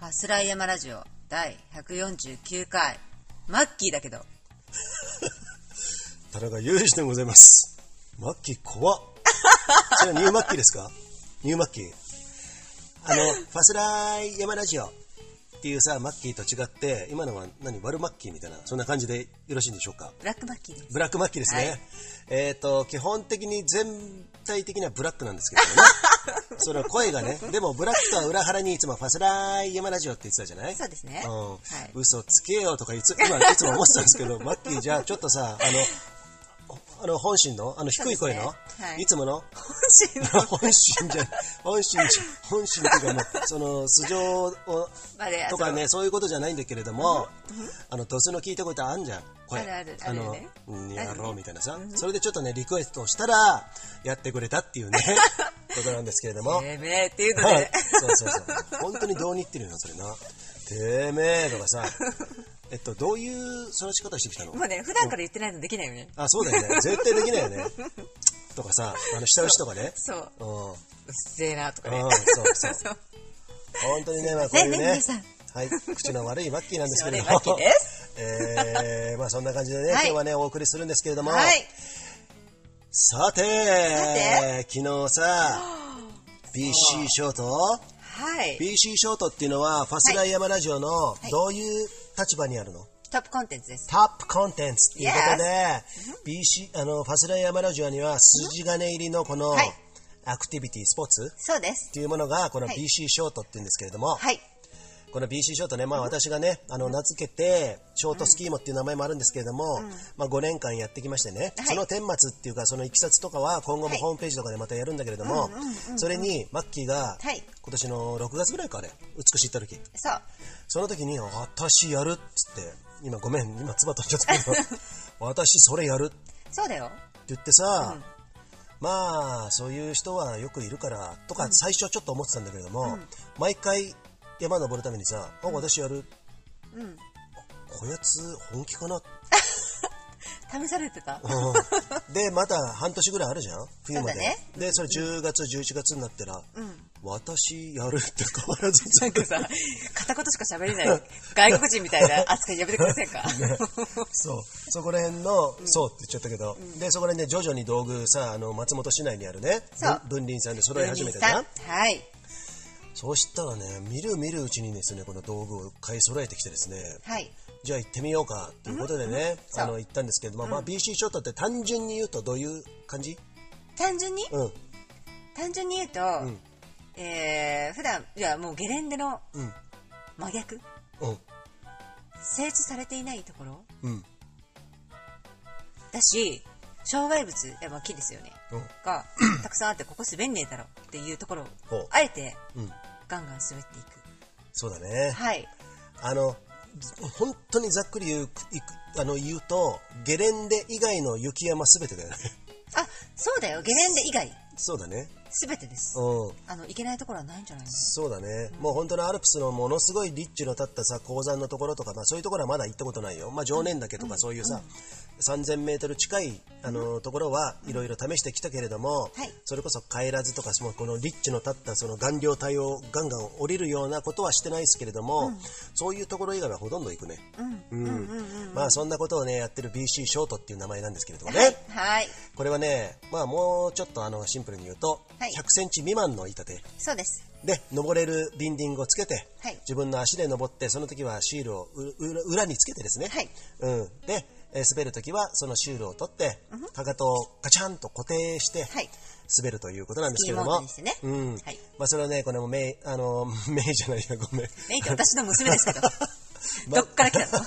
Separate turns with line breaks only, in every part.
パスライヤマラジオ第149回マッキーだけど
田中裕二でございます。マッキー怖っ。それはニューマッキーですかニューマッキー。あの、ファスライ山ラジオっていうさ、マッキーと違って、今のは何悪マッキーみたいな、そんな感じでよろしいんでしょうか
ブラックマッキーです
ブラックマッキーですね。
は
えっ、と、基本的に全体的にはブラックなんですけ どね。それは声がね、でもブラックとは裏腹にいつもファスライ山ラジオって言ってたじゃない
そうですね
うん
はい
嘘つけよとかいつ今いつも思ってたんですけど、マッ キーじゃあちょっとさ、あの、あの本心の、あの低い声の、
そうですねはい
い、つもの、
本心
本心じゃ、本心じゃ、本心っていうかもう、その素性を
まで
とかね、そういうことじゃないんだけれども、あの、ドスの聞いたことあんじゃん、声。
あるあるあるよね
の、う
あ
ん
るね
やろうみたいなさ、それでちょっとね、リクエストをしたら、やってくれたっていうね、 ことなんですけれども。
てめえっていうの
はい
で、
そうそうそう。本当にどうに言ってるよな、それな。てめえと かさ、えっと、どういう育ち方してきたの
もうね普段から言ってないのできないよね
あ、そうだよね。絶対できないよね。とかさ、あの、下打ちとかね。
そう
うん。うん、
うっせえなとかね
そうそう。
そう
本当にね、まあ、こ
せ
うんい
ね
う
皆
ね
さん。
はい、口の悪いマッキーなんですけれど
口の
も
悪いマッキーです。
えー、まあそんな感じでね、
はい
今日はね、お送りするんですけれども、
はい
さて
て
昨日さ、BC ショート
はい
BC ショートっていうのは、ファスライヤマラジオの
い
どういう立場にあるの、
トップコンテンツです
タップコンテンツっていうことで、BC、あの、ファスライヤマラジオには、筋金入りのこの、
はい
アクティビティ、スポーツ
そうです
っていうものが、この
はい
BC ショートっていうんですけれども、
はい
この BC ショートね、まあ私がね、あの、名付けて、ショートスキーモっていう名前もあるんですけれども、まあ5年間やってきましてね、
はい
その顛末っていうか、そのいきさつとかは今後
は
も
い
ホームページとかでまたやるんだけれども、それにマッキーが、
はい
今年の6月ぐらいかあれ、美しい行った時、
そう
その時に、私やるっつって、今ごめん、今唾取っちゃったけど、私それやるって
そうだよ
言ってさ、まあ、そういう人はよくいるから、とか最初はちょっと思ってたんだけれども、毎回山登るためにさ、あ、私やる。
うん
こやつ本気か な、
試されてた
でまた半年ぐらいあるじゃん冬まで、
そうだね
でそれ10月11月になったら、私やるって変わらず
なんかさ、片言しか喋れない外国人みたいな扱いやめてください か。
そうそこら辺の、そうって言っちゃったけど、でそこら辺で徐々に道具さあの松本市内にあるね
そう
ぶん分林さんで揃え
文
始
人
めたじゃ
さ
ん
ん。はい。
そうしたらね見る見るうちにですねこの道具を買い揃えてきてですね
はい。
じゃあ行ってみようかということで
う
ね、
ん
あ
そ
の
う
行ったんですけど、まあまあ BC ショートって単純に言うとどういう感じ
単純に
うん
単純に言うと、
うん
えー、普段、いや、もうゲレンデの
うん
真逆
うん
整地されていないところ
うん
だし、障害物、やっぱ木ですよね。
うん
が、たくさんあって、ここ滑んねえだろっていうところを
ほう、
あえて、
うん
ガンガン滑っていく。
そうだね
はい。
あの本当にざっくり言ういくあの言うとゲレンデ以外の雪山すべてだよね
あ、そうだよ。ゲレンデ以外、
そうだね
すべてです。
うん
あの、いけないところはないんじゃないの
そうだねもう本当のアルプスのものすごい立地の立ったさ高山のところとか、まあ、そういうところはまだ行ったことないよ、まあ、常年岳とかそういうさ、3000メートル近いあのところはいろいろ試してきたけれども、
はい
それこそ帰らずとかもうこの立地の立ったその顔料帯をガンガン降りるようなことはしてないですけれども、そういうところ以外はほとんど行くね。うんまあそんなことをねやってる BC ショートっていう名前なんですけれどもね、
はい。
これはねまあもうちょっとあのシンプルに言うと、
はい
100センチ未満の板で
そうです。
で登れるビンディングをつけて、
はい
自分の足で登ってその時はシールをう裏裏につけてですね、
はい
うん、でえー滑る時はそのシールを取って、かかとをガチャンと固定して、
はい
滑るということなんですけれど
スキーモード
も
にしてね
うん
はい
まあ、それはねこれもメイあの メイじゃないやごめん
メイって私の娘 ですけど。どっから来たの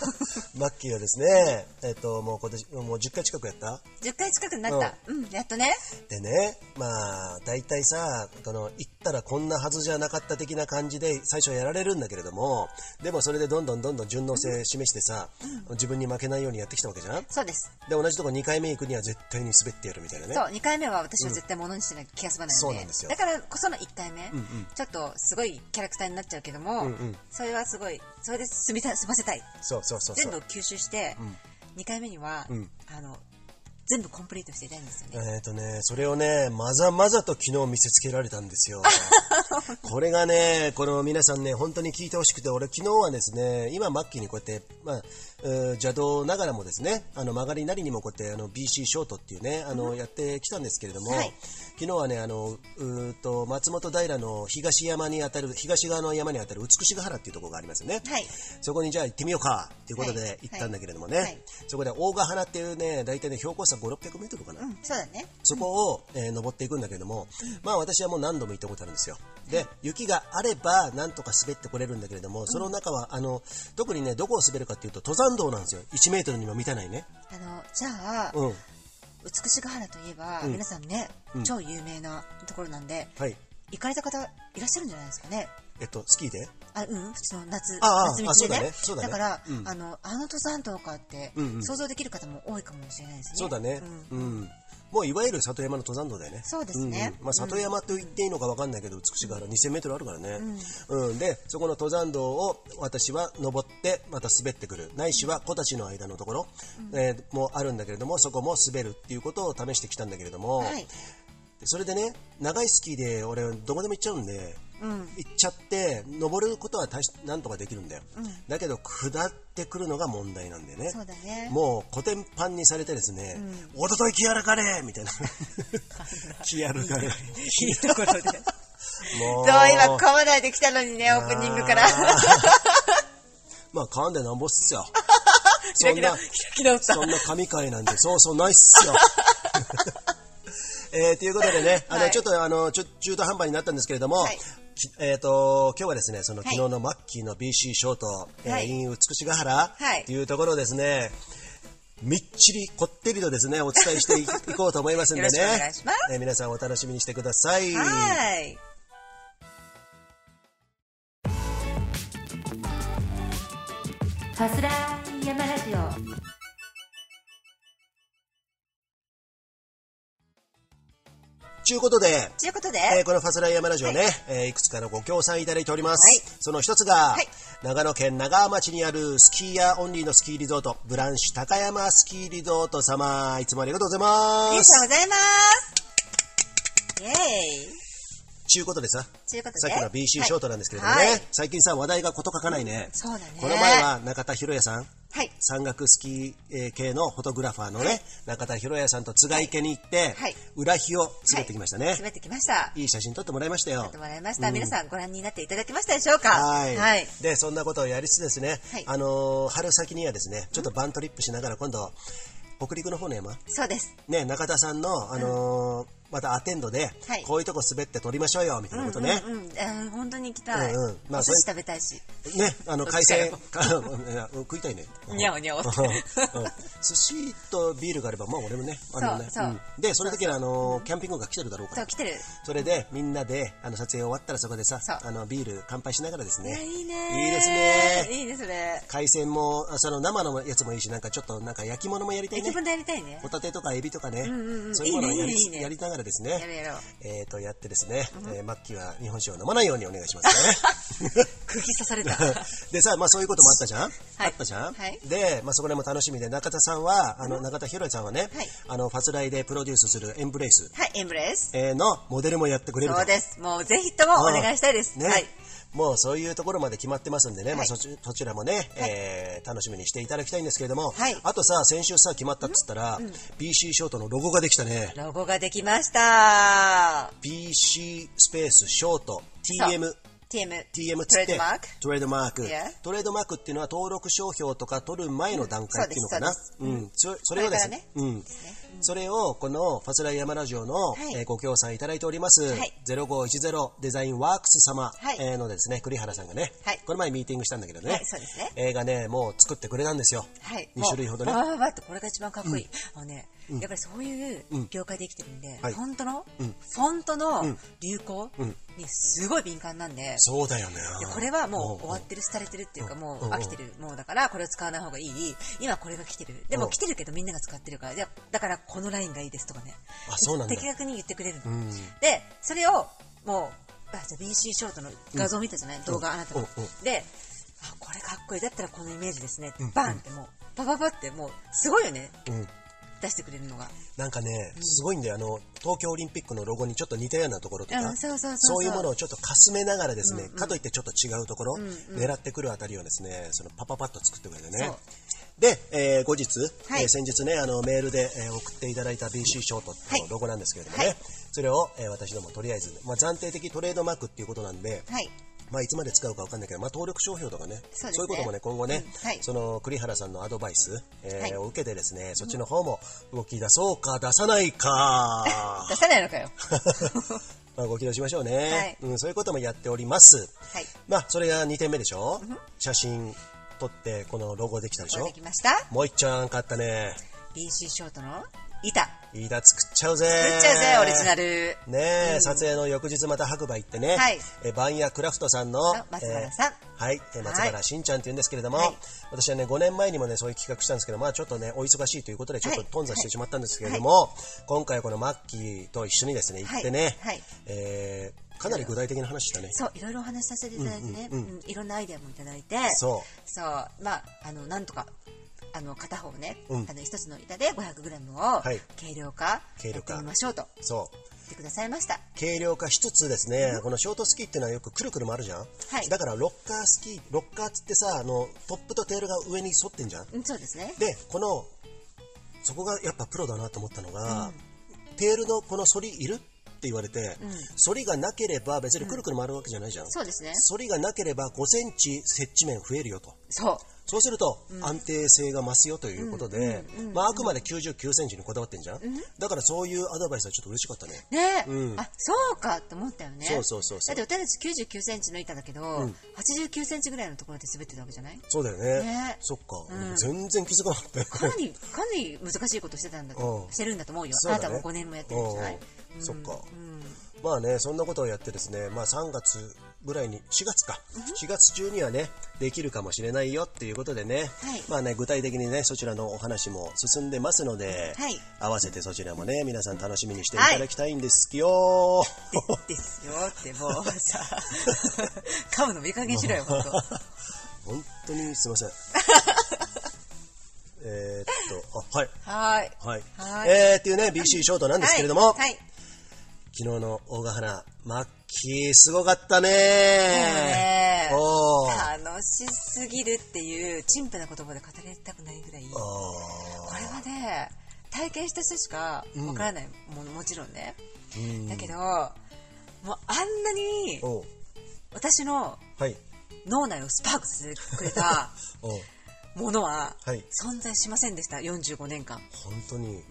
マッキーはですね、えっと、もう今年、もう10回近くやった
10回近くになった。うん、やっとね。
でね、まあ、大体さ、この、行ったらこんなはずじゃなかった的な感じで最初やられるんだけれども、でもそれでどんどんどんどん順応性示してさ、自分に負けないようにやってきたわけじゃんで、
そうです。
同じとこ2回目行くには絶対に滑ってやるみたいなね。
そう、2回目は私は絶対物にしてない気が済まない
そう
で。
なんですよ
だからこその1回目、
んうん
ちょっとすごいキャラクターになっちゃうけども、
うんうん
それはすごい、それで済みた済ませたい。
そうそうそうそ
全部
う
を吸収して、2回目には、
うん
あの、全部コンプリートしていたいんですよね。
えっ、とね、それをね、まざまざと昨日見せつけられたんですよ。これがね、この皆さんね、本当に聞いてほしくて、俺、昨日はですね、今、末期にこうやって、まあ、うー邪道ながらもですね、あの曲がりなりにもこうやってあの BC ショートっていうね、あのやってきたんですけれども、
はい
昨日はね、あのうーっと松本平の東山にあたる、東側の山にあたる美しヶ原っていうところがありますよね。
はい
そこにじゃあ行ってみようかということ
はいはい
で行ったんだけれどもね、
はい
そこで大ヶ花っていうね、大体ね、標高差5、600メートルかな。
うん、そうだね。
そこを、えー登っていくんだけれども、まあ私はもう何度も行ったことあるんですよ。で、雪があれば、なんとか滑ってこれるんだけれども、その中は、あの、特にね、どこを滑るかっていうと、登山道なんですよ。1メートルにも満たないね。
あの、じゃあ、
うん。
美しが原といえば、
ん
皆さんね、
うん
超有名なところなんで、
はい。
行かれた方いらっしゃるんじゃないですかね。
えっと、スキーで
あ、うん、普通の夏、
ああ
夏道で
あ
ね。
そうだねそうだね
から、
うん
あの、あの登山とかって
うんう、ん
想像できる方も多いかもしれないですね。
そうだね
ん。
うん。もういわゆる里山の登山道だよね。
そうですね
んうんまあ里山と言っていいのかわかんないけど、美しが原2000メートルあるからね。うん、で、そこの登山道を私は登って、また滑ってくる。ないしは小たちの間のところ、えーもあるんだけれども、そこも滑るっていうことを試してきたんだけれども、
はい。
でそれでね、長いスキーで俺どこでも行っちゃうんで、
うん。
行っちゃって、登ることは大しなんとかできるんだよ。
うん
だけど、下ってくるのが問題なんだよね。
そうだね。
もうコテンパンにされてですね、おとといキアラカレーみた いな。キアラカレー。
いいところで。そ
も
う、
う
今、買わないで来たのにね、オープニングから。
まあ、噛んでなんぼっすよ。そ
開
ん
き
な
直、開き直った
そ。んな神回なんで、そうそう、ないっすよ。 えー、ということでね、あの、
はい
ちょっと、あの、ちょ中途半端になったんですけれども、
はい
きえっ、と、今日はですね、そ
は
の
い
昨日のマッキーの BC ショート、えー
はい
in 美しが原
はい
っていうところをですね、みっちりこってりとですね、お伝えしていいこうと思いますんでね
よろしくお願いします、
えー皆さんお楽しみにしてください。
はい。
さすらい山ラジオ
ちゅうことで、
ということで、
えーこのファスライヤマラジオね、いえーいくつかのご協賛いただいております。その一つが、
はい
長野県長浜町にあるスキーヤーオンリーのスキーリゾート、ブランシュ高山スキーリゾート様、いつもありがとうござ
あり
いま
がとうご
す。
ざいます。イェーイ。
ちゅうことでさ、
ということで。
さっきの BC ショートなんですけれどもね、
はいはい
最近さ、話題がこと書かないね。
そうだね。
この前は中田博也さん、
はい。
山岳スキーえー系のフォトグラファーのね、中田博也さんと津賀池に行って、
はい
裏日を滑ってきましたね。
滑ってきました。
いい写真撮ってもらいましたよ。
やってもらいました。皆さんご覧になっていただけましたでしょうか
はい、
はい。
で、そんなことをやりつつですね、
はい
あのー春先にはですね、ちょっとバントリップしながら今度、北陸の方の山、
そうです。
ね、中田さんの、あのーまたアテンドで、
はい
こういうとこ滑って撮りましょうよ、みたいなことね。
うんうんうんあー本当に行きたい。
うんうんまあ
お寿司食べたいし。
ね、あの、
どっ
海
ちか
鮮
よ、
かいや 食いたいね。
にゃおにゃおって。
うん寿司とビールがあれば、まあ俺もね、あのね。
そうそうん
で、その時にあのーキャンピングカー来てるだろうか
そ
ら
う、。来てる。
それで、みんなで、あの、撮影終わったらそこでさ
そう、
あの、ビール乾杯しながらです
いや
ね。
いいね。
いいですね。
いいですね。
海鮮も、あその生のやつもいいし、なんかちょっとなんか焼き物もやりたい
駅
ね。
分でやりたいね
ホ。タテとかエビとかね、
んうん
そういうものをやり
いいねいいね
やりながらです
やろう
ね、
やろう。
えー、とやってですね、えー、末期は日本酒を飲まないようにお願い しますね。
空気刺された。
でさ、まあ、そういうこともあったじゃん、あったじゃん、
はい
で、まあ、そこら辺も楽しみで、中田さんは、あの中田博也さんはね、
はい
あのファスライでプロデュースするエンブレイス
はい、エンブレス。
えーのモデルもやってくれると
そうです。もうぜひ ともお願いしたいです。
ね
はい。
もうそういうところまで決まってますんでね、ま
は
あ
い
そちそちらもね、えー楽しみにしていただきたいんですけれども、
はい
あとさ、先週さ、決まったっつったら、BC ショートのロゴができたね。
ロゴができました。
BC スペースショート TM。
TM。
TM
ト
つ
レー
っ
ド
て
マーク。
トレードマーク
Yeah
トレードマークっていうのは登録商標とか取る前の段階っていうのかな
そう
うんそそれをですね
これからね
うんそれをこのファスライヤマラジオの
い
えーご協賛いただいております
はい
0510デザインワークス様
はい
えーのですね栗原さんがね
はい
この前ミーティングしたんだけど
は
ね
いそうですね
映画ねもう作ってくれたんですよ
はい。
2種類ほどね
もうわわわってこれが一番かっこいい。あのね、やっぱりそういう業界で生きてるんで、
はい
フォントの、
うん
フォントの流行
うん
にすごい敏感なんで、
そうだよね
でこれはもう終わっ
ん
てる、廃れてるっていうか、
うん
もう
うん
飽きてるものだから、これを使わない方がいい。今これが来てる。で
う
も
ん
来てるけどみんなが使ってるから、じゃあだからこのラインがいいですとかね。
あそうなんだ
的確に言ってくれるの。
うん
で、それを、もう、あじゃあ BC ショートの画像見たじゃない、動画あなたの。
うんうん
で、あ、これかっこいい。だったらこのイメージですね。バンってもう、パパパってもう、すごいよね。
うん
出してくれるのが。
なんかね、すごいんだよ。あの、東京オリンピックのロゴにちょっと似たようなところ
う
とか、
んそうそうそうそう
いうものをちょっとかすめながらですね、かといってちょっと違うところ、狙ってくるあたりをですね、そのパパパッと作ってくれてね
そう。
で、えー後日、
はい
えー先日ね、あの、メールで、えー送っていただいた BC ショート
はい
のロゴなんですけれどもね、
はい
それを、えー私どもとりあえず、まあ、暫定的トレードマークっていうことなんで、
はい。
まあ、いつまで使うかわかんないけど、まあ、登録商標とかね
そうですね
いうこともね今後ね、
うんはい
その栗原さんのアドバイス、えー
はい
を受けてですねそっちの方も動き出そうか出さな いか
出さないのかよ。
まあ動き出しましょうね、
はい
うん、そういうこともやっております、
はい。
まあ、それが2点目でしょ、写真撮ってこのロゴ できたでし
これ
ょ
できました
もう一ちゃん買ったね
?BC ショートの板。
飯田作っちゃうぜ
作っちゃうぜ、オリジナル。
ねえ、撮影の翌日また白馬行ってね、
はい
え番屋クラフトさんの
の松原さん
えーはい、えー松
は
原
い
しんちゃんっていうんですけれども、
はい
私はね5年前にもねそういう企画したんですけどまあちょっとねお忙しいということでちょっと
はい
頓挫してしまったんですけれども、今回はこのマッキーと一緒にですね行ってね、
はいはい
えーかなり具体的な話したね
そう、いろいろお話しさせていただいてね、うんいろんなアイデアもいただいて、
そう
そう、まあ、あの、なんとか、あの、片方ね、
うん
あの、一つの板で 500g を
はい
軽量化、
軽量化
やってみましょうと
そう
言ってくださいました。
軽量化しつつですね、このショートスキーっていうのはよくくるくる回るじゃん、
はい
だからロッカースキーロッカーっつってさあのトップとテールが上に沿ってんじゃん
うん、そうですね。
でこのそこがやっぱプロだなと思ったのが、テールのこの反りいるって言われて、反りがなければ別にくるくる回るわけじゃないじゃん、
そうですね。
反りがなければ5センチ接地面増えるよと
そう。
そうすると安定性が増すよということで、まあ、あくまで99センチにこだわってんじゃん、だからそういうアドバイスはちょっと嬉しかったね
ねえ、
うん
あそうかって思ったよね
そうそうそうそう
だって私たち9 9センチの板だけど、8 9センチぐらいのところで滑ってたわけじゃない
そうだよね
ね
そっか、
うん
全然気づかなかったよ
かなりかなり難しいことしてたんだと
うん
してるんだと思うよ
そう
あ
だ
な
ね
たも5年もやってるんじゃない、
うんそっか
うん
まあね、そんなことをやってですね、まあ3月ぐらいに、4月か、4月中にはね、できるかもしれないよっていうことでね、
はい
まあね、具体的にね、そちらのお話も進んでますので、
はい
合わせてそちらもね、皆さん楽しみにしていただきたいんですよ。
ですよってもうさ噛むのもいい加減にしろよ本当
本当にすい ません。えーっと、あ、はい。
はーい
はい。
はい
えーっていうね、BC ショートなんですけれども、
はい、はい
昨日の大ヶ原、マッキー、すごかったね
ねえ
おー。
楽しすぎるっていう陳腐な言葉で語りたくないぐらいこ
あ
れはね体験した人しかわからないも,、もちろんね
ーうん
だけど、もうあんなに
おう
私の
はい。
脳内をスパークさせてくれた
おう
ものは
はい
存在しませんでした、45年間、
本当に。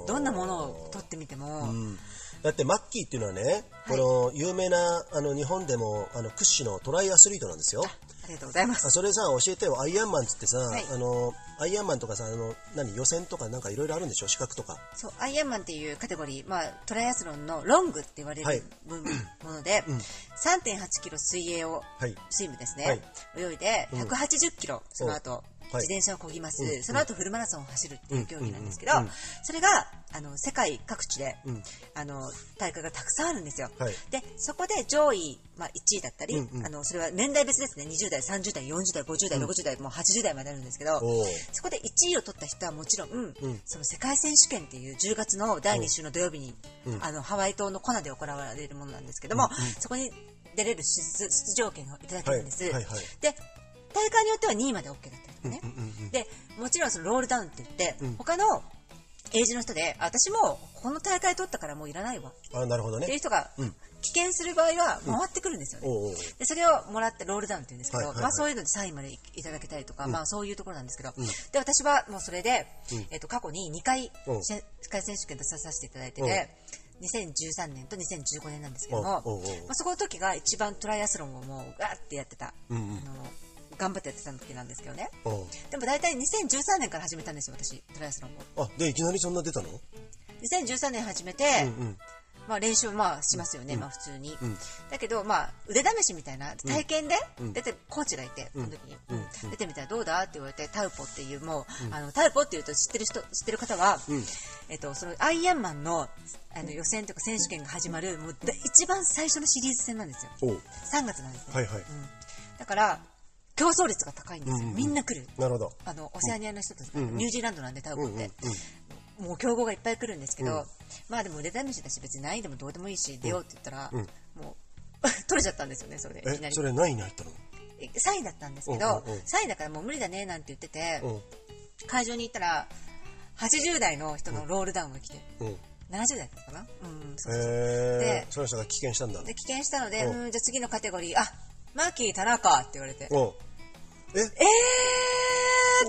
うん、どんなものを取ってみても、
うんだってマッキーっていうのはね、この有名なあの日本でもあの屈指のトライアスリートなんですよ。
ありがとうございま
あ
す
それさ教えてよアイアンマンっつってさ、
はい
あのアイアンマンとかさあの何予選とかなんかいろいろあるんでしょ資格とか。
そうアイアンマンっていうカテゴリー、まあ、トライアスロンのロングって言われる
はい
分もので、3 8キロ水泳を、
はい
スイムですね、
はい
泳いで1 8 0キロその後、
い
自転車をこぎます、
うん
その後フルマラソンを走るっていう競技なんですけど、
うんうんうん
それがあの世界各地で、
うん
あの大会がたくさんあるんですよ、
はい
でそこで上位、まあ、1位だったり、
うんうん
あのそれは年代別ですね20代30代40代50代60代、もう80代まであるんですけど、
おう
そこで1位を取った人はもちろん、その世界選手権っていう10月の第2週の土曜日に、あのハワイ島のコナで行われるものなんですけども、そこに出れる出出場権をいただけるんです、
はいはいはい
で大会によっては2位まで OK だったりとかね、でもちろんそのロールダウンって言って、他のエイジの人であ私もこの大会取ったからもういらないわっ
あなるほど
ていう
ね。
人が棄権する場合は回ってくるんですよね、
おうおう
でそれをもらってロールダウンって言うんですけど、
はいはいはい
まあ、そういうのでサインまでいただけたりとか、まあ、そういうところなんですけど、で私はもうそれで、えっと過去に2回
うん
世界選手権出させていただいてて、2013年と2015年なんですけども、
おうおうおう
まあ、そこの時が一番トライアスロンをもうガーってやってた、
うんうん
あの頑張ってやってた時なんですけどね
おう
でも大体2013年から始めたんですよ私トライアスロンを
あでいきなりそんな出たの？
2013年始めて、
うん
まあ、練習はまあしますよね、まあ、普通に、だけど、まあ、腕試しみたいな体験で、出てコーチがいて、その時に、出てみたらどうだって言われてタウポっていうもう、あのタウポっていうと知ってる人知ってる方は、えっと、そのアイアンマンのあの予選とか選手権が始まるもうだ一番最初のシリーズ戦なんですよ
おう
3月なんですね、
はいはい
うんだから競争率が高いんですよ、みんな来る
なるほど。
あのオセアニアの人たち、ニュージーランドなんでタウポって、もう競合がいっぱい来るんですけど、
うん
まあでも腕試しだし別に何位でもどうでもいいし出ようって言ったら、
うんうん
もう 取れちゃったんですよねそれでいきな
え、
り
それ何位に入ったの
3位だったんですけ
うん
ど、
うんうん
3位だからもう無理だねなんて言ってて、
う
会場に行ったら80代の人のロールダウンが来て、
ん。うん。
70代だったかなうんそうそう、
え
で
ー、その人が棄権したんだ。
で棄権したので、
うん
うんじゃあ次のカテゴリーあマーキー田中って言われて、
うん。え
え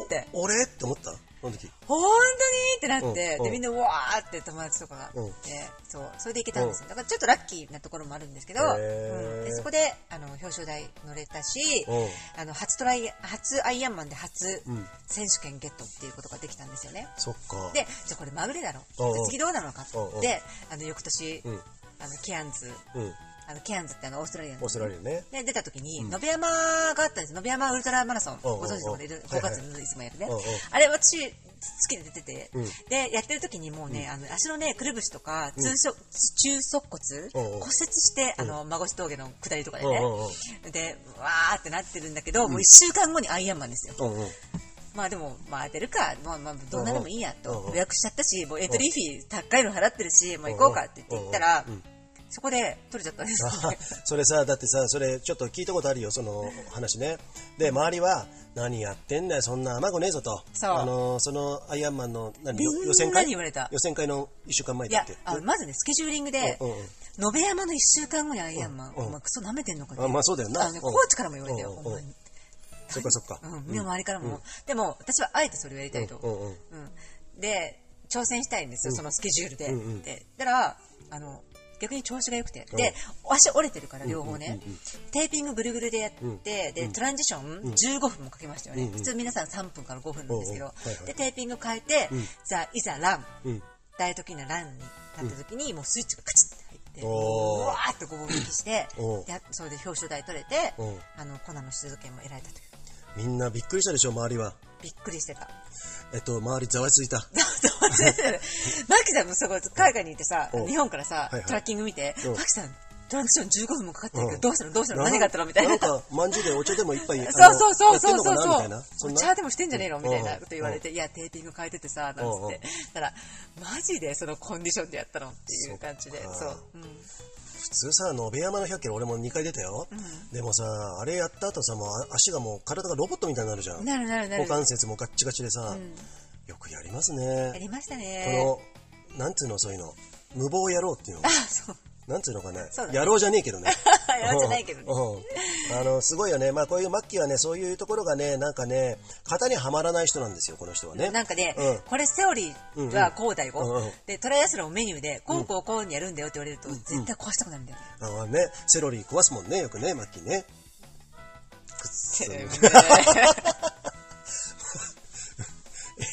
ーって
お俺って思ったその時。
本当にってなって、
うんう
で
ん
みんなうわーって友達とかが
うん
いて、そうそれで行けたんですよだからちょっとラッキーなところもあるんですけど、
へー
うん、でそこであの表彰台乗れたし
うん
あの初トライ初アイアンマンで初
うん
選手権ゲットっていうことができたんですよね、
そっか。
でじゃあこれまぐれだろ
うんうん
じゃあ次どうなのか
うんうん
であの翌年、
うん。
あのケアンズ
うん。
あのケアンズってあのオーストラリアの
オーストラリアね。
で出た時に、
ん
野辺山があったんです。野辺山ウルトラマラソン。
うんうんうん
ご存知の方でいる、
はい
5
はい
月のいつもやるね
うんうん。
あれ私、好きで出てて
うん。
で、やってる時にもうね、あの、足のね、くるぶしとか、通所、中足骨、
うん
骨
うん
折して、あの、孫子峠の下りとかでね
うんうん。
で、わーってなってるんだけど、もう1週間後にアイアンマンですよ。
うんうん。
まあでも、まあ当てるか、まあまあ、どうなでもいいや
うんうん
と。予約しちゃったし、もうエントリーフィー高いの払ってるし、もう行こうかって言って行ったら
うんうん、
そこで取れちゃったんですよ
あ それさ、だってさ、それちょっと聞いたことあるよ、その話ね。で、周りは、何やってんだよ、そんな甘くねえぞと。
そう
あの、そのアイアンマンの、何、
みんな
よ
に
予選会
言われた
予選会の一週間前
い
だ
や
っけ。
あまずね、スケジューリングで、
うんうんうん
野辺山の1週間後にアイアンマン、
うんうん
お前クソ舐めてんのかね
あまあそうだよな
のね
うん
コーチからも言われたよ、
うんうん
お前に
そっかそっか。
うん、身の回りからも、でも私はあえてそれをやりたいと、
うんうんうん
で挑戦したいんですよ、そのスケジュールで、
うんうん
でだからあの逆に調子が良くて、で足折れてるから両方ね、テーピングぐるぐるでやって、
うん
でトランジション15分もかけましたよね、
うんうん
普通皆さん3分から5分なんですけど、
うんうんはいはい
でテーピング変えて、
うん
じゃあいざラン、
うん。
大時の欄に立った時に、もうスイッチがカチッて入って、う
おー
わーっとごぼうきして
おー
で、それで表彰台取れて
うん、
あの、コナンの出場権も得られたという。
みんなびっくりしたでしょ、周りは。
びっくりしてた。
えっと、周りざわついた。
マキさんもそこ、海外にいてさ
うん、
日本からさ
はいはい、
トラッキング見て、
うん
マキさん、トランジション15分もかかってるけ
うん
ど、どうしたのどうしたの 何があったのみたいな。
んか、まんじゅうでお茶でも 一杯、あの
そうそうそうそうそう
やっ
そ
てんのかなみたいな。そ
うんお
な
茶でもしてんじゃねえのみたいな
うん
こと言われて、いやテーピング変えててさなんつ
うんう
っ
ん
てたらマジでそのコンディションでやったのっていう感じで
そっか
そう、うん
普通さ、延山の100キロ、俺も2回出たよ。でもさ、あれやった後さ、もうあ足がもう体がロボットみたいになるじゃん。
なるなるなる
股関節もガッチガチでさ、よくやりますね。
やりましたね
この、なんつうの、そういうの。無謀やろうっていうの
あ。そう
なんつうのかね
そうだ。ね
やろうじゃねえけどね。
やろうじゃないけどね
うん。あの、すごいよね。まあ、こういうマッキーはね、そういうところがね、なんかね、型にはまらない人なんですよ、この人はね。
なんかね、
うん
これセオリーはこうだよ、
うんうん
でトライアスロンをメニューでこうこうこうにやるんだよって言われると絶対壊したくなるんだよね、
あのね、セロリ壊すもんね、よくね、マッキーね。くっそ
っていう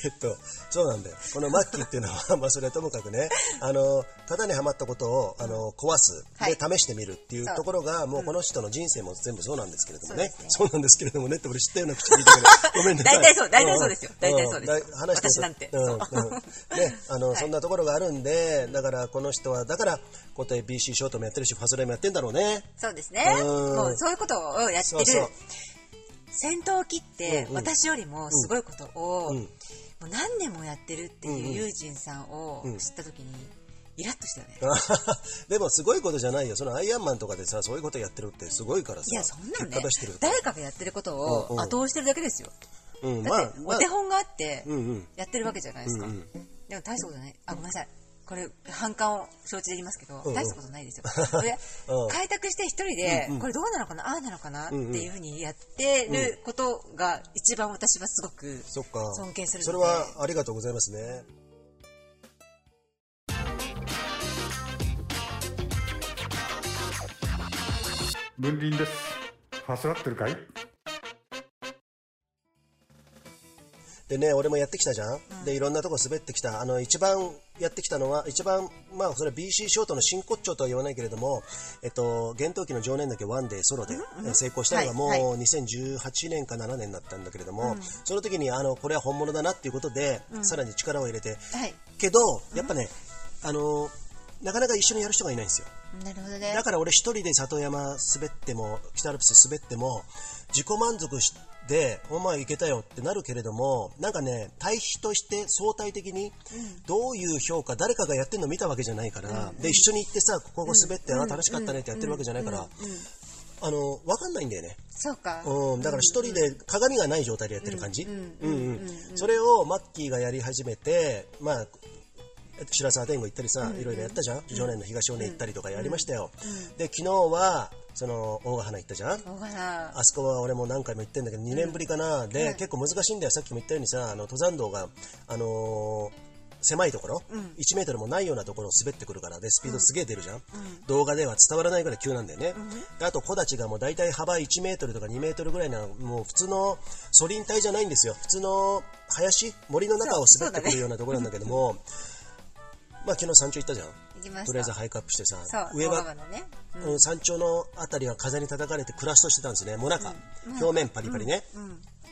えっと、そうなんだよ。このマッキーっていうのは、 まあそれはともかくね、あの、型にはまったことを、あの、壊す、
はい
で、試してみるっていう
そう
ところが、もうこの人の人生も全部そうなんですけれどもね、そ
そう
なんですけれどもねって俺知ったような口で言ったけど、ごめんなさい。
大体そう大体そうですよ大体そうですよ
んだい話してると
私なんて
うん、うん
そ
ね、あの、そんなところがあるんで、だからこの人は、だから、こうやって BC ショートもやってるし、ファスレもやってんだろうね。
そうですね
うん
もうそういうことをやって
そう
る
そう
戦闘機って
うんうん
私よりもすごいことを、
うん
もう何年もやってるっていう友人さんを
うん
知った時にイラッとしたよね、
でもすごいことじゃないよ、そのアイアンマンとかでさ、そういうことやってるってすごいからさ、
いやそんなん
結果
ね
出してるって
誰かがやってること
うんう
を
ん
後押してるだけですよ、
うん、ま
だ
あ
って、
ま
お
あ
手、本があって
うんうん、
やってるわけじゃないですか、
うん
でも大したことないあごめんなさいこれ反感を承知で言いますけど、
うん
大したことないです よこれ
うん
開拓して一人で、
うんうん
これどうなのかなああなのかな、
うんうん
っていうふうにやってることが一番私はすごく
そっか、
尊敬する
そ
の
れ
で
はありがとうございますね。
分輪ですファスラってるかい
でね、俺もやってきたじゃん、でいろんなとこ滑ってきた、あの一番やってきたのは、一番、まあ、それは BC ショートの真骨頂とは言わないけれども、えっと、厳冬期の常年だけワンデーソロでえー成功したのが、もう
はい
2018年か7年だったんだけれども、その時にあのこれは本物だなっていうことで、さらに力を入れて、
はい
けど、やっぱね、あのなかなか一緒にやる人がいないんですよ。
なるほどね
だから俺一人で里山滑っても北アルプス滑っても自己満足しで、お前いけたよってなるけれども、なんかね、対比として相対的に、どういう評価、誰かがやってるの見たわけじゃないから、で、一緒に行ってさ、ここ滑って、あ、楽しかったねってやってるわけじゃないから、あの、わかんないんだよね。
そうか。
うん、だから一人で鏡がない状態でやってる感じ。うんうんそれをマッキーがやり始めて、まあ、白沢天狗行ったりさ、いろいろやったじゃん。常年の東尾根行ったりとかやりましたよ。で、昨日は、その、大ヶ花行ったじゃん。
大がな。
あそこは俺も何回も行ってんだけど、2年ぶりかな。で、
はい
結構難しいんだよ。さっきも言ったようにさ、あの、登山道が、あのー狭いところ、1メートルもないようなところを滑ってくるからでスピードすげえ出るじゃん、動画では伝わらないぐらい急なんだよね、であと木立がもう大体幅1メートルとか2メートルぐらいなもう普通のソリン帯じゃないんですよ普通の林森の中を
そう
滑っ
そうだ
てく
ね
るようなところなんだけども、まあ昨日山頂行ったじゃん
行きました。
とりあえずハイクアップしてさ
そう、
上
上
は
はね。
うん、山頂のあたりは風に叩かれてクラッシュとしてたんですね、もなか、表面パリパリね、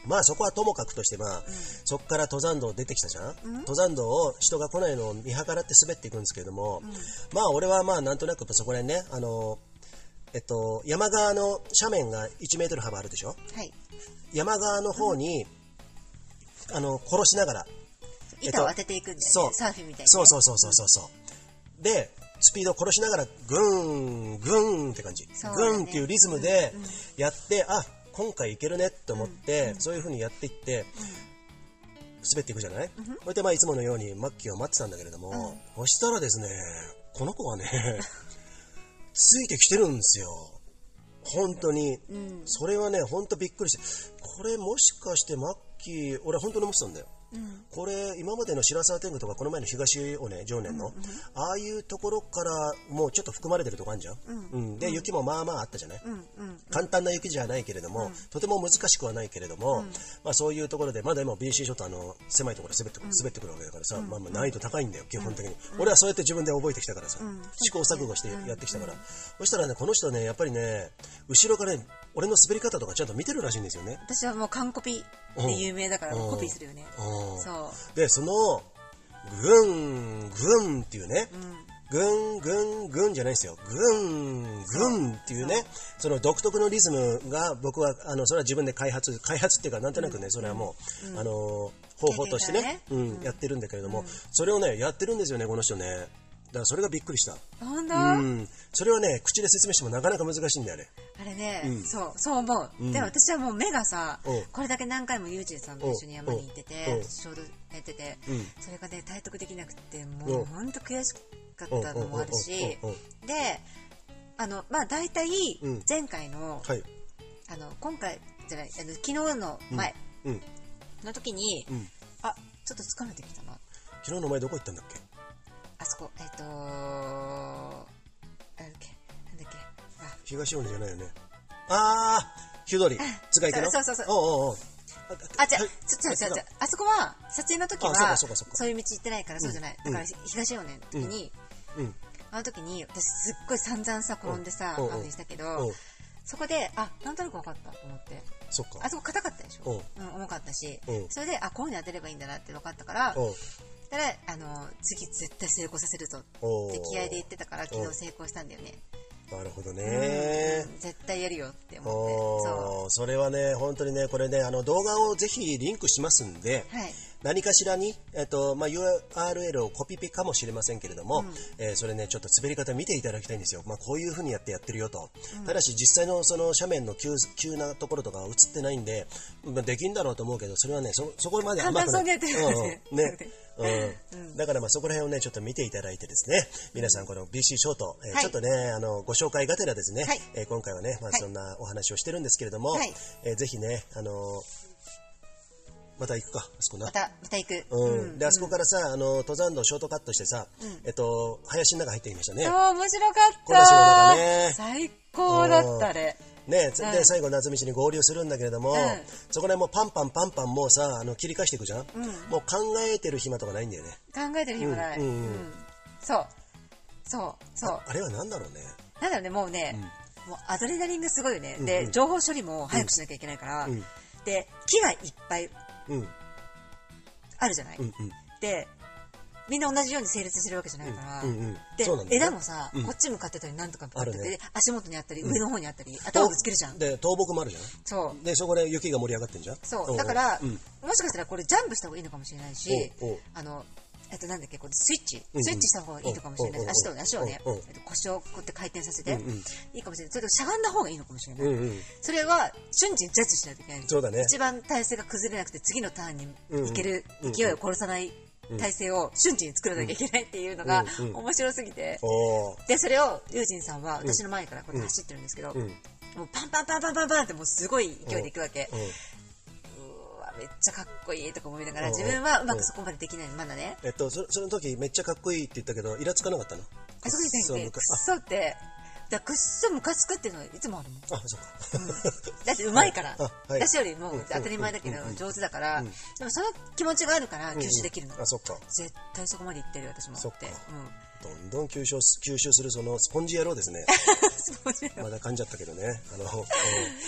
まあそこはともかくとして、まあそこから登山道出てきたじゃん、登山道を人が来ないのを見計らって滑っていくんですけれども、まあ俺はまあなんとなくやっぱそこら辺ね、あのえっと、山側の斜面が1メートル幅あるでしょ、
はい。
山側の方に、あの殺しながら、
板を当てていくんだよね。
そう
サーフィンみたいに。
そうそうそうそうそうそうでスピードを殺しながらグーングーンって感じ、
そう
グ
だね
ーンっていうリズムでやって、あ今回いけるねって思って、そういう風にやっていって、滑っていくじゃない、それでまあいつものようにマッキーを待ってたんだけれども、そしたらですねこの子 がねついてきてるんですよ本当に、それはね本当びっくりしてこれもしかしてマッキー俺本当に思ってたんだよ、これ今までの白沢天狗とかこの前の東尾根常年の、ああいうところからもうちょっと含まれてるとこあるじゃん、うんで雪もまあまああったじゃない、簡単な雪じゃないけれども、とても難しくはないけれども、まあ、そういうところでまだ今 BC ショットあの狭いところ滑ってくる滑ってくるわけだからさ、まあ、まあ難易度高いんだよ基本的に、俺はそうやって自分で覚えてきたからさ、試行錯誤してやってきたから、そしたらねこの人はねやっぱりね後ろからね俺の滑り方とかちゃんと見てるらしいんですよね
私はもう完コピで有名だから
うん
コピーするよね。
うん
そ
でそのグングンっていうね、グングングンじゃないんですよグングンっていうねその独特のリズムが僕はあのそれは自分で開発開発っていうかなんとなくね、それはもう、あの方法としてね
経験か
うんやってるんだけれども、それをねやってるんですよねこの人ねだからそれがびっくりした、
う。本当
うん、それをね口で説明してもなかなか難しいんだよね
あれね、そう、そう思う。で、私はもう目がさ
うん、
これだけ何回もユージさんと一緒に山に行って
うんう
て
ん、
ちょうどやってて
うん、
それがね、体得できなくて、も
うん
う本当悔しかったのもあるし
うんうんうんうん、
で、あの、まあ大体
うん、
前回の、
はい
あの、今回じゃない、あの昨日の前
うん
の時に
うん、
あ、ちょっと疲れてきたな。
昨日のお前どこ行ったんだっけ
あそこ、えっと、なんだっけ、なんだっけ、あ、
東尾根じゃないよねああヒュドリ使い手の
そうそうそう
おうおうおう
あ、じゃ、ちょ
はい、
ちょ、ちょ、ちょ、あそこは、撮影の時は、
あそうかそうかそうか
そういう道行ってないから、そうじゃない。
うん
だから、東尾根の時に、
うん
あの時に、私すっごい散々さ、転んでさ、
うん
反省したけ
うん
ど、そこで、あ、なんとなく分かったと思って。
そっか
あそこ硬かったでしょうん、重かったし
うん。
それで、あ、こういうの当てればいいんだなって分かったから、
おう
だから、あの、次絶対成功させるぞ
お
って
う
気合で言ってたから、昨
うん
日成功したんだよね。
なるほどね
うん絶対やるよって思って。そ
おうそれはね本当にねこれねあの動画をぜひリンクしますんで
う。はい。
何かしらに、えっとまあ、URL をコピペかもしれませんけれども、えーそれねちょっと滑り方見ていただきたいんですよ、まあ、こういうふうにやってやってるよと、ただし実際のその斜面の急急なところとかは映ってないんで、まあ、できんだろうと思うけどそれはねそそこまで甘
簡単そ
くな
うにやってるよね
うんうん ねうん、だからまあそこら辺をねちょっと見ていただいてですね皆さんこの BC ショート、えー
はい
ちょっとねあのご紹介がてらですね、
はい
えー今回はね、まあ、
はい
そんなお話をしてるんですけれども、
はい
えーぜひねあのまた行くかあそこな
また、また行く。
うん、であそこからさ、あの登山道ショートカットしてさ、えっと、林の中入ってきましたね
そう、。面白か
小林の
った。
中ね
最高だった、あれ。
ね、つ
う
で
ん
最後、夏道に合流するんだけれども、
ん
そこら辺もパンパンパンパンもうさあの切り返していくじゃん、もう考えてる暇とかないんだよね
考えてる暇ない。
う
うんん
うん
そう。そう。そう。
あれは何だろうね
なんだろうね、もうね、もうアドレナリンがすごいよね。で、情報処理も早くしなきゃいけないから、
ん
で、木がいっぱい
うん
あるじゃない。
うんうん
で、みんな同じように整列してるわけじゃないから、
うんうんうん
で
そうなんだよね
枝もさ、こっち向かってたりなんとか向かって
あ
て、
るね
足元にあったり上の方にあったり、頭ぶつけるじゃん
で、倒木もあるじゃん。
そう
で、そこで雪が盛り上がってんじゃん。
そ
ん
うだから、
うん
もしかしたらこれジャンプした方がいいのかもしれないし
おうおう
あのえっとなんだっけこれスイッチ
うん
スイッチした方がいいのかもしれない
おうおう
足と足をね
おうおう
えっと腰をこうやって回転させて
うんうん
いいかもしれないそれとしゃがんだ方がいいのかもしれない、
うんうん
それは瞬時にジャッジしないといけない
そうだね
一番体勢が崩れなくて次のターンに
うんうん
行ける勢いを殺さない体勢を瞬時に作らなきゃいけないっていうのが
うんうん
面白すぎて
おー
でそれをユージンさんは私の前からこうやって走ってるんですけど、
うん
もうパンパンパンパンパンパンってもうすごい勢いでいくわけ、
うん
うわめっちゃかっこいいとか思いながら
うん
自分はうまくそこまでできないまだね
えっと、そその時めっちゃかっこいいって言ったけど、イラつかなかったの
あそこに
そう
対して
む
く
か
っそってだからくっそムカつくっていうのはいつもあるもん
あ、あそうか。
だってうまいから
あはい
私よりも当たり前だけど
うんうんうん
上手だから
うん
でもその気持ちがあるから吸収できるの
うんうんあ、そっか。
絶対そこまでいってる私も
そっ
っ
か
てうん
どんどん吸収す吸収するそのスポンジ野郎ですね。まだ噛んじゃったけどね。 あの、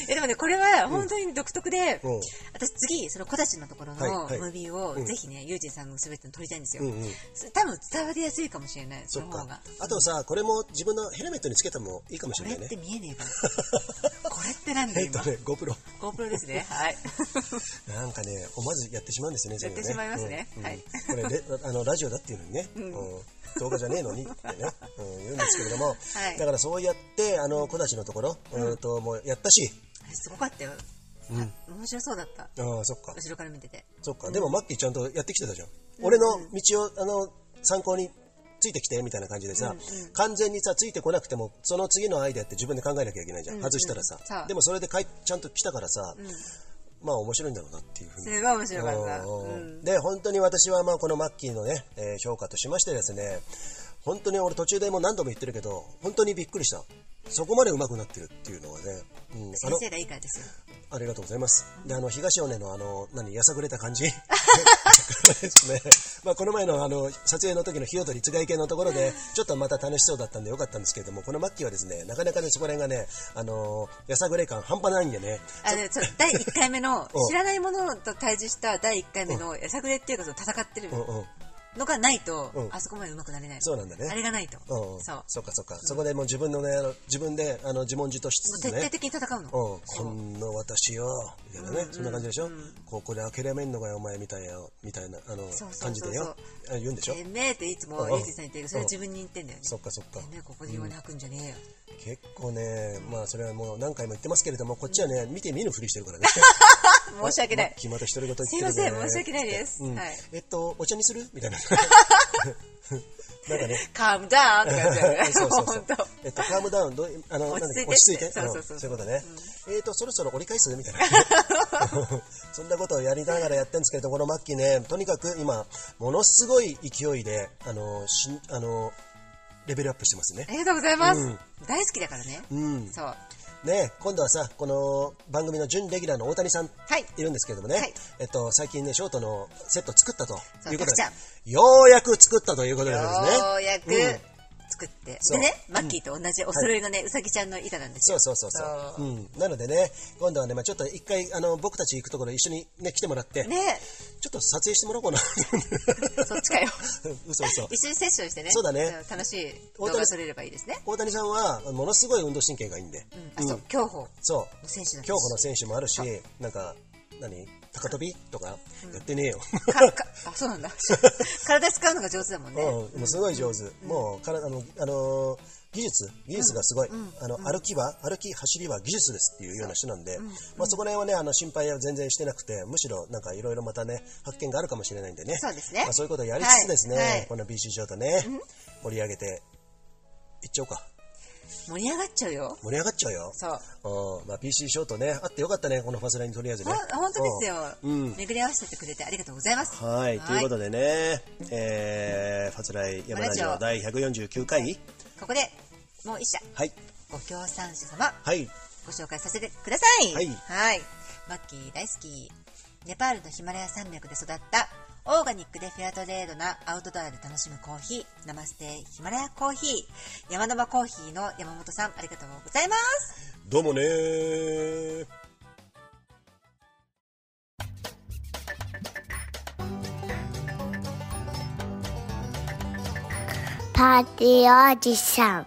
えでもねこれは本当に独特で
うん
私次その小立ちのところのム
はいはい
ービーを
うん
ぜひねユージンさんのすべての撮りたいんですよ
うんうんうん。
多分伝わりやすいかもしれないそ
そ
の
っ
方
か
が。
あとさ、これも自分のヘルメットにつけてもいいかもし
こ
れ
れ
ない
って。
ね
見えねえから。 これってなんだ
えっと
今。
ね、GoPro。
GoPro ですね。はい。
なんかね、思わずやってしまうんですよね、
やって
全部
しまいますね
うん
はい
これレあの、ラジオだっていうのにね、うん動画じゃねえのにってね、うん、言うんですけれども、
はい
だからそうやって、あの、小出しのところ、うんと、もうやったし、
すごかったよ。あ面白そうだった。
ああ、そっか、
後ろから見てて。
そっか、でもマッキーちゃんとやってきてたじゃん。俺の道を、あの、参考に、ついてきてみたいな感じでさ、完全にさついてこなくてもその次のアイデアって自分で考えなきゃいけないじゃん、
うん
外したらさ
そう
でもそれでかいちゃんと来たからさ、まあ面白いんだろうなっていうふうに
すごい面白かった。
おー
うん。
で本当に私はまあこのマッキーのね、えー評価としましてですね本当に俺途中でもう何度も言ってるけど本当にびっくりしたそこまで上手くなってるっていうのはね、うん、あ
先
の
生がいいからですよ。
ありがとうございますであの東尾根のあの何やさぐれた 感じですねまあこの前のあの撮影の時の火踊りつがい系のところでちょっとまた楽しそうだったんでよかったんですけれどもこのマッキーはですねなかなかねそこら辺がねあのやさぐれ感半端ないんでね
あの、ちょ第1回目の
うん、
知らないものと対峙した第1回目の、やさぐれっていうか、その戦ってる
うんうん
のがないと
う、ん
あそこまで上手くなれない。
そうなんだね
あれがないと。
うんうん
そう。
そっかそっか、そこでもう自分のねあの自分であの自問自答し
もう
つつ
徹
ね
底的に戦うの。
うん、
そ
こ
う。
んな私よみたいなね、そんな感じでしょ、ここで諦めんのがよお前みたいよみたいなあの
そうそうそうそう
感じでよあ言うんでしょ、
てめえっていつも、
うん
ユージさん言ってるけど、それは自分に言ってんだよね。
そっかそっか
てめえここで言わなくんじゃねえよ。
結構ねまあそれはもう何回も言ってますけれどもこっちはね見て見ぬふりして るからね
申し訳ない。
決また独り言言って
すい
る
ま
ね
せん、申し訳ないです。
うん
はい。
えっとお茶にするみたいななんかね
カームダウンって感じだよね。
そうそうそう
本当。
えっと、カームダウン、どうあの、なんだっけ落
落
ち
ち
着
着
い
い
て
て。そ
ん
うそうそう
そういうことね。えっと、そろそろ折り返すみたいな。 そんなことをやりながらやってるんですけど、この末期ね、とにかく今、ものすごい勢いで、あの、しんあの、レベルアップしてますね
あ。りがとうございます。
うん
大好きだからね。
うん
そう。は
ね、今度はさ、この番組の準レギュラーの大谷さん、
はい
いるんですけどもね、
はい
えっと、最近ね、ショートのセット作ったと
そう
いうことで
たく、
ようやく作ったということでですね。
ようやく
うん
作って。
そう
でね、マッキーと同じお揃いのね、うさぎちゃんの板なんです
そう
よ。
そうそうそう、うん、なのでね今度はね、まあ、ちょっと一回あの僕たち行くところ一緒に、ね、来てもらって、
ね
ちょっと撮影してもらおうかな
そっちかよ。
嘘嘘
一緒にセッションしてね。
そうだね
ん楽しい動画が撮れればいいですね。
大谷さんはものすごい運動神経がいいんで、
うんあ、そう、競歩。
そう
選手だし
競歩の選手もあるしなんか何高跳びとかやってねえよ、
かかあ、そう なんだ。体使うのが上手だもんね。
うん、もうすごい上手、もうからあの、あのー技術技術がすごい、あの歩きは歩き走りは技術ですっていうような人なんで、まあ、そこら辺はねあの心配は全然してなくてむしろなんかいろいろまたね発見があるかもしれないんでね
そうですね
まあ、そういうことをやりつつですね、
はいはい
この BC ショートね、盛り上げていっちゃおうか
盛り上がっちゃうよ。
盛り上がっちゃうよ
そう。
うんまあ、PC ショートねあってよかったねこのファスラインにとりあえずね
ほん本当ですよ
うん。
巡り合わせてくれてありがとうございます。
はい、ということでね、えー、ファスライ山ラジオ第149回
ここで、もう一社、
はい
ご協賛者様、
はい
ご紹介させてください。
はい
いマッキー大好き。ネパールのヒマラヤ山脈で育った、オーガニックでフェアトレードなアウトドアで楽しむコーヒー、ナマステヒマラヤコーヒー、山沼コーヒーの山本さん、ありがとうございます。
どうもねー
パーティーおじさん。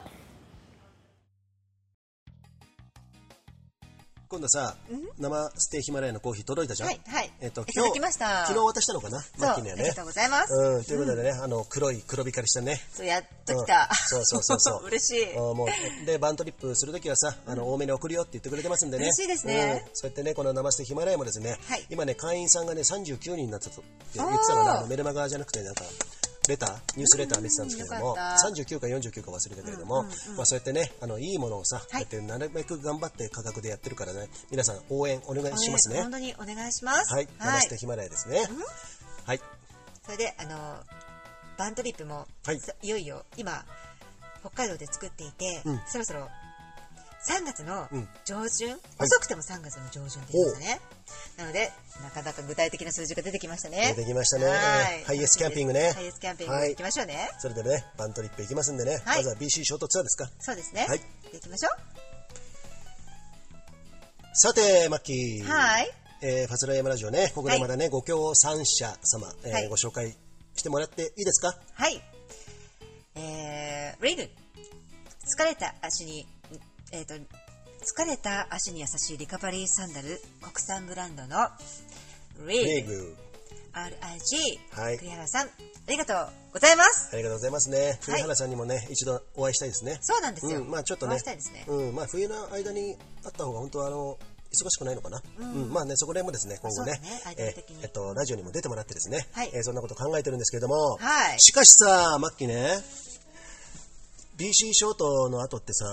今度さ、生ステーヒマラヤのコーヒー届いたじゃん。
はいはい
えっと、
いた
今
だ
日
きました
昨日渡したのかな、
そう
マッ
あ
キー
り
には
が
ね。
とうございます、
うん、ということでね、あの、黒い、黒光りしたね。
そうやっとき
う
た、
んそうそうそうそう
嬉しい、
うんもうでバントリップするときはさ、あの多めに送るよって言ってくれてますんでね、
嬉しいですね
うんそうやってね、この生ステヒマラヤもですね、
はい
今ね、会員さんがね、39人になったとって言ってたか
あー
な、あのメルマガじゃなくて、なんか、レター、ニュースレター見てたんですけれど
う
も、
んよかった
39か49か忘れたけれども、まあ、そうやってね、あのいいものをさ、こうやってなるべく頑張って価格でやってるからね、皆さん、応援お願いしますね
お。願い本当にお願いします
はい、生ステヒマラヤですね。はい、
それであのバントリップも、
はい
そいよいよ今北海道で作っていて、
うん
そろそろ3月の
うん
上旬、遅くても3月の上旬って言いましたね、なのでなかなか具体的な数字が出てきましたね
出てきましたね
はい
ハイエースキャンピングね
ハイエースキャンピング
はい
行きましょうね、
それでね、バントリップ行きますんでね、
はい
まずは BC ショートツアーですか。
そうですね、
はい
行きましょ
さて、マッキー。
うはい
えーファスライヤマラジオね、ここでまだね、ご協賛者様、えー
はい
ご紹介してもらっていいですか
はいえー、レイル疲れた足にえっ、と疲れた足に優しいリカバリーサンダル国産ブランドのレイ
レイ
ル
グ。
RIG、
はい
栗原さんありがとうございます
ありがとうございますね。栗原さんにもね、一度お会いしたいですね。
そうなんですよ、
ん、まあちょっと
お会
ね
いしたいですね、
うん、まあ冬の間に会った方が本当はあの、忙しくないのかな、うんまあね、そこら辺もですね、今後ね
そうだね
え
間的に
ーえっと、ラジオにも出てもらってですね、
はい
えーそんなこと考えてるんですけれども、
はい
しかしさ、マッキーね、BC ショートの後ってさ、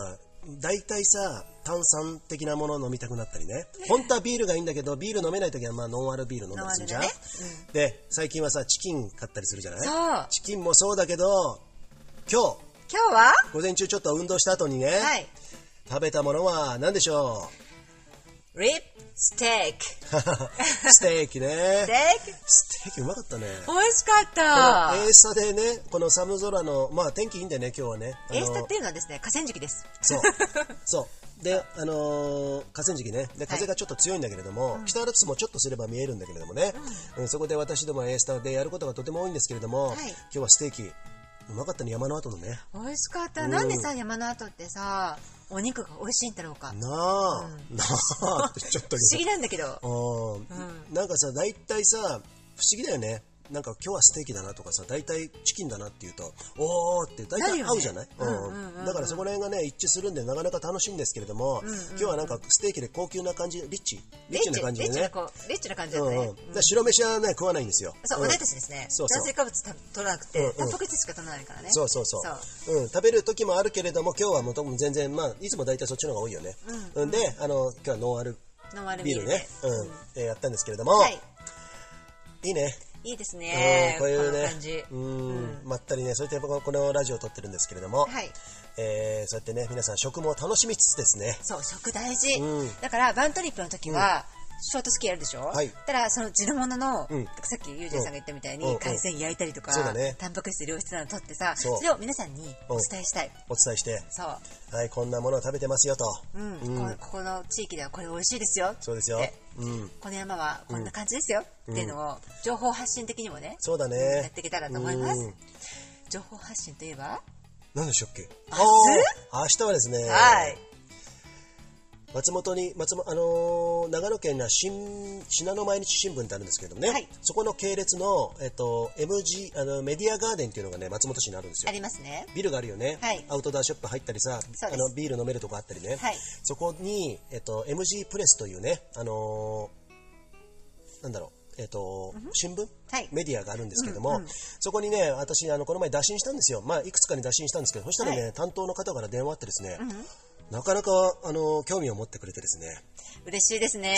大体さ、炭酸的なものを飲みたくなったり ね、本当はビールがいいんだけど、ビール飲めないときはまあノンアルビール飲んだりするじゃん、
ノンア
で、最近はさ、チキン買ったりするじゃない
そう
チキンもそうだけど、今日、
今日は
午前中ちょっと運動した後にね、
はい
食べたものは何でしょ
リップステーキス
うステーキね
テーキ
ステーキうまかったね
美味しかっ
こ
た
のエースタでねこの寒空のまあ天気いいんだよね今日はねあの
エースタっていうのはですね河川敷です
そうそうであのー河川敷ねで風がちょっと強いんだけれども、北アルプスもちょっとすれば見えるんだけれどもね、うんそこで私どもエースタでやることがとても多いんですけれども、
はい
今日はステーキうまかったね山の後のね
美味しかった、
うん
なんでさ山の後ってさお肉が美味しいんだろうか
なあ、なあってちょっと
不思議なんだけど
うんなんかさ大体さ不思議だよねなんか今日はステーキだなとかさ大体チキンだなって言うとおおって大
なる
体
よね
合うじゃないうんだからそこら辺がね一致するんでなかなか楽しいんですけれども、今日はなんかステーキで高級な感じリッチリ
リ
ッ
ッチ
チな感じで
リッチな
ね
こうリッチな感じ
う
だったね、
んうん、だから白飯はね食わないんですよ
そう、
ん
おだしですね
そうそう
炭水化物た取らなくて、
うんうん
タンパク質しか取らないからね
そうそうそううん、食べる時もあるけれども今日はもうとも全然まあいつも大体そっちの方が多いよね、うんであの今日はノンアル
ノンアル
ビ
ビ
ー
ー
ル
ル
ね
で、
うんえーやったんですけれども、
はいい、
いね
いいです
う
ね
んこうい
の
うね
感じ、
うん、まったりね、そういったこのこのラジオを撮ってるんですけれども、
はい
えーそうやってね、皆さん食も楽しみつつですね、
そう食大事、
うん
だからバントリップの時は、ショートスキーやるでしょ、
はい
たらその地のものの、
うん
さっきユージさんが言ったみたいに、
うんうん
海鮮焼いたりとか、
そうだね
タンパク質良質なの取ってさ
そう
それを皆さんにお伝えしたい、
お伝えして、
そう、
はい、こんなものを食べてますよと。
うんこここの地域ではこれ美味しいですよ
そうですよ
って
うん
この山はこんな感じですよ、っていうのを情報発信的にもね
そうだね。
やっていけたらと思います
うん
情報発信といえば
何でしたっけあー明日はですね、
はい
松本に、松本、あのー長野県には新、信濃毎日新聞ってあるんですけどもね、
はい
そこの系列の、えっと、MG、あの、メディアガーデンっていうのがね、松本市にあるんですよ
あ。りますね
ビルがあるよね、
はい
アウトドアショップ入ったりさ
そう
あ
です
のビール飲めるとこあったりね、
はい
そこに、えっと、MG プレスというね、あのーなんだろう、えっと新聞、
はい
メディアがあるんですけども、そこにね私あのこの前打診したんですよ、まあ、いくつかに打診したんですけどそしたらね、
は
担当の方から電話あってですね、なかなか、あのー興味を持ってくれてですね、
嬉しいですね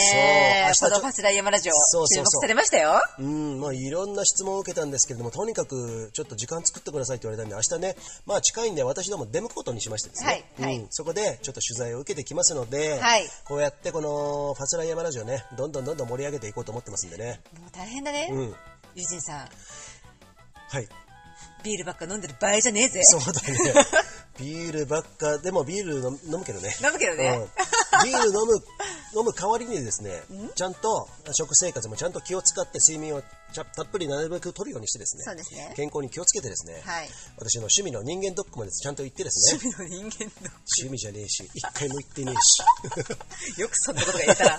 そう明日
このファスライヤマラジオ
そう
注
そうそう
目されましたよ
うん、まあいろんな質問を受けたんですけれども、とにかくちょっと時間作ってくださいって言われたんで、明日ね、まあ近いんで私ども出向くことにしましてですね、
はいはい
うん、そこでちょっと取材を受けてきますので、
はい
こうやってこのファスライヤマラジオね、どんどんどんどん盛り上げていこうと思ってますんでね。
もう大変だね、
うん。
友人さん
はい。
ビールばっか飲んでる場合じゃねえぜ
そうだね。ビールばっか、でもビール飲む飲むけどね。
飲むけどね
うんビール飲む 飲む代わりにですね、ちゃんと食生活もちゃんと気を使って睡眠をちゃたっぷりなるべく取るようにしてですね、
そうですね
健康に気をつけてですね、
はい
私の趣味の人間ドックまでちゃんと行ってですね、
趣味 の人間の
趣味じゃねえし、一回も行ってねえ し。
よくそんなことが言えたら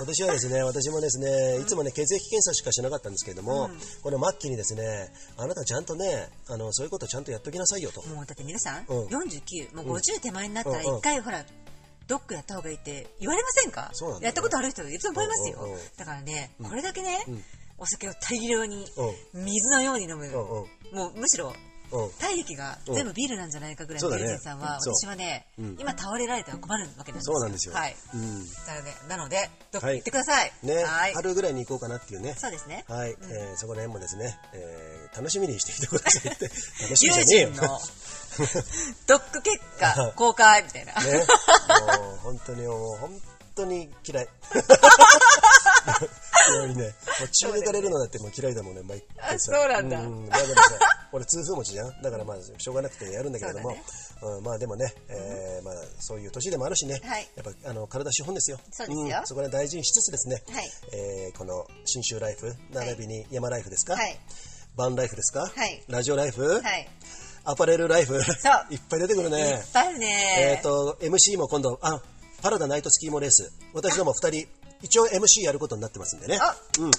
私はですね、私もですね、いつもね、血液検査しかしなかったんですけれども、この末期にですね、あなたちゃんとね、あの、そういうことちゃんとやっときなさいよと。
もうだって皆さん、
うん
49もう50手前になったら
うんうん
一回、ほらドックやった方がいいって言われませんか
そうなんだ
や
よね
ったことある人いると思いますよ、
うんうんうん
だからねこれだけね、お酒を大量に
う
水のように飲む、
うんうん
もうむしろ
うん。
体液が全部ビールなんじゃないかぐらい
うん
のケルテンさんは、
そうだね
私はね、今倒れられたら困るわけなんですよ
そうなんですよ。
はい、
うん。
だからねなのでドック
はい
行ってください、
ね、
はい
春ぐらいに行こうかなっていうね。
そうですね
はい、えーそこら辺もですね、えー楽しみにしてみてください って。楽し
友
みじゃね
人
えよ。
のドック結 果公開みたいな、
ね、もう本当にもう本当に 嫌い。本当にね、もう中抜かれるのだってもう嫌いだもんね、毎回さ。
あそうなんだ
だからさ、俺痛風持ちじゃん。だからまあしょうがなくてやるんだけれども、うん、まあでもね、えーまあそういう年でもあるしね、
はい
やっぱあの体資本ですよ。
そうですよ
んそこら辺大事にしつつですね、
はい
えーこの信州ライフ並びに山ライフですか、
はい
バンライフですか、
はい
ラジオライフ、
はい
アパレルライフ、 いっぱい出てくるね。
いっぱいあるね
えっ、と、MC も今度、あ、パラダナイトスキーモレース。私ども二人、一応 MC やることになってますんでね
あ。
うん。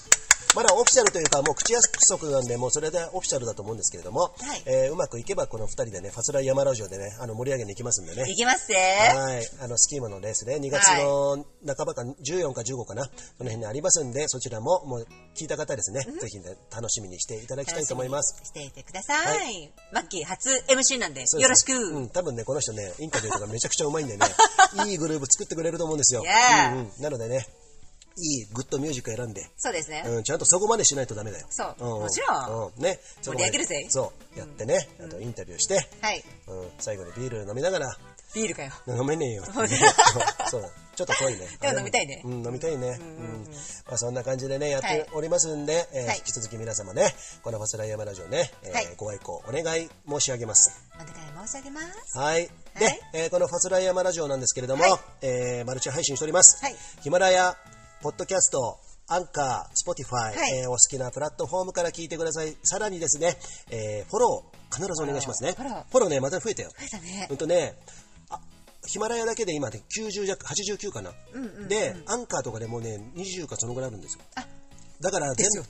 まだオフィシャルというか、もう口約束なんで、もうそれでオフィシャルだと思うんですけれども、
はい
えーうまくいけばこの二人でね、ファスライヤマラジオでね、あの、盛り上げに行きますんでね。
いきますぜ
はい。あの、スキームのレースね、2月の半ばか、14か15かな、その辺にありますんで、そちらも、もう、聞いた方ですね、ぜひね、楽しみにしていただきたいと思います。
楽しみにしていてください、
は
マッキー初 MC なんで
そう
よ
で
ろし
す
く、
うん、多分ね、この人ね、インタビューとかめちゃくちゃうまいん でね、いいグループ作ってくれると思うんですよ。
Yeah
うんうん、なのでね、いいグッドミュージック選んで、
そうですね、
うん、ちゃんとそこまでしないとダメだよ。
そうん
ん
もちろ
うん、ね、そこ
盛り
ま
上げるぜ
そう、やってね、あとインタビューして、
はい
うん、最後にビール飲みながら、
ビールかよ
飲めねえよってね。 そう、ちょっと濃いね。
でも飲みたいね
うん、飲みたいね。うん。まあそんな感じでね、やっ
は
て
い
おりますんで、えー
はい
引き続き皆様ね、このファスライヤマラジオね、えー
はい
ご愛顧お願い申し上げます。
お願い申し上げます
はい。で、えーこのファスライヤマラジオなんですけれども、
はい
えーマルチ配信しております。
はい
ヒマラヤ、ポッドキャスト、アンカー、スポティファイ、
はい
えーお好きなプラットフォームから聞いてください。さらにですね、えーフォロー、必ずお願いしますね。
フォロー
フォローね、また増えたよ。
増えたね
うんとね、あヒマラヤだけで今ね、90弱、89かな。で、アンカーとかでもうね、20かそのぐらいあるんですよ。だから全部、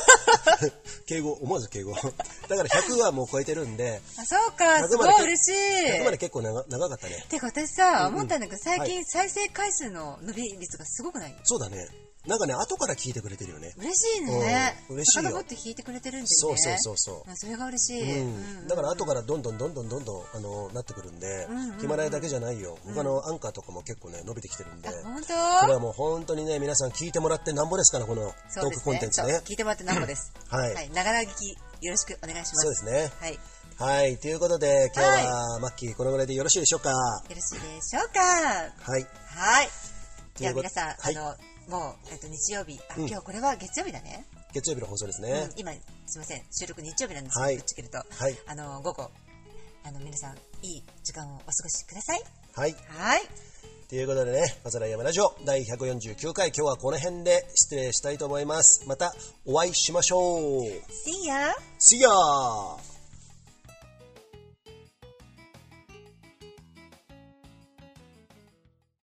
敬語、思わず敬語。だから100はもう超えてるんで、
あそうかす
100
ご
まで
い嬉し
100まで
い
結構長長かったね。
てか私さ、思ったんだけど最
は
近再生回数の伸び率がすごくない
そうだね。なんかね、後から聞いてくれてるよね。
嬉しいね
うん嬉しいよ
遡って弾いてくれてるんだよね
そうそうそうそう
あそれが嬉し
う
い、うん
ん、だから後からどんどんどんどんどんどんあのなってくるんで、ヒマラヤだけじゃないよ、他のアンカーとかも結構ね、伸びてきてるんで、
本当
これはもう本当にね、皆さん聞いてもらってなんぼですから、この
そ
ト
う
ー
で
ク
す
コンテンツね
そう。聞いてもらってなんぼです。
はい
ながら聞き、よろしくお願いします。
そうですね。
はい。よ
はい、ということで、今日はマッキー、このぐらいでよろしいでしょうか。は
ろしいでしょうか。
い、
はい。
と
じ
い
ゃ
う
あ
こと
皆さん、
はい
あの、もう、えっと、日曜日、あ、今日これは月曜日だね。
月曜日の放送です
う
ね
ん。今、すみません、収録日曜日なんです
はい
ぶっちゃけると。
はい
あの、午後、あの、皆さん、いい時間をお過ごしください。
はい、
はい。
ということでね、マサライヤマラジオ第149回、今日はこの辺で失礼したいと思います。またお会いしましょう。
See ya!
See ya!